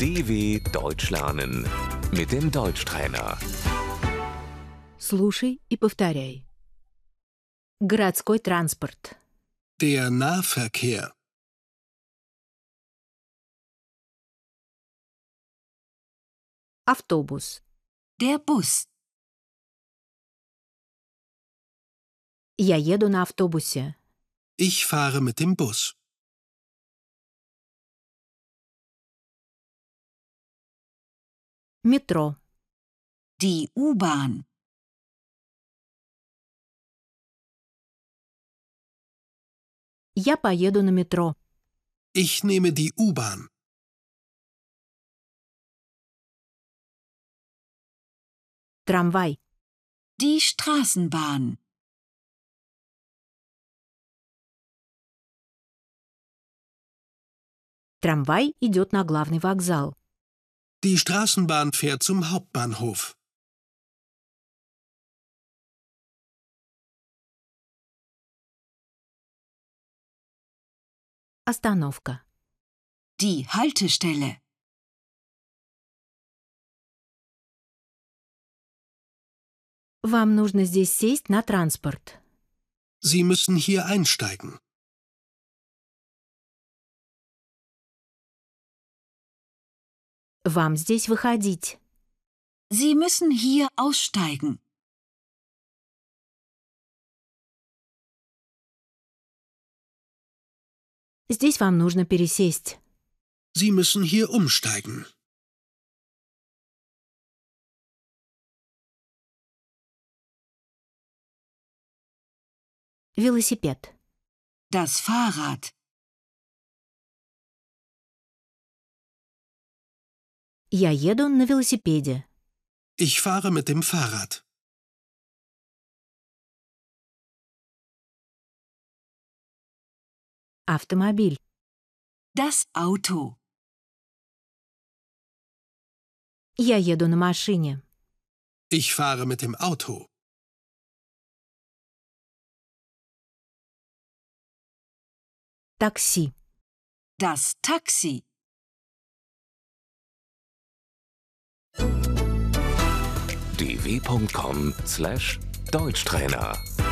DW Deutsch lernen mit dem Deutschtrainer. Слушай и повторяй. Городской транспорт. Der Nahverkehr. Автобус. Der Bus. Я еду на автобусе. Ich fahre mit dem Bus. Метро. Die U-Bahn. Я поеду на метро. Ich nehme die U-Bahn. Трамвай. Die Straßenbahn. Трамвай идет на главный вокзал. Die Straßenbahn fährt zum Hauptbahnhof. Остановка. Die Haltestelle. Вам нужно здесь сесть на транспорт. Sie müssen hier einsteigen. Вам здесь выходить. Sie müssen hier aussteigen. Здесь вам нужно пересесть. Sie müssen hier umsteigen. Велосипед. Das Fahrrad. Я еду на велосипеде. Ich fahre mit dem Fahrrad. Автомобиль. Das Auto. Я еду на машине. Ich fahre mit dem Auto. Такси. Das Taxi. dw.com/deutschtrainer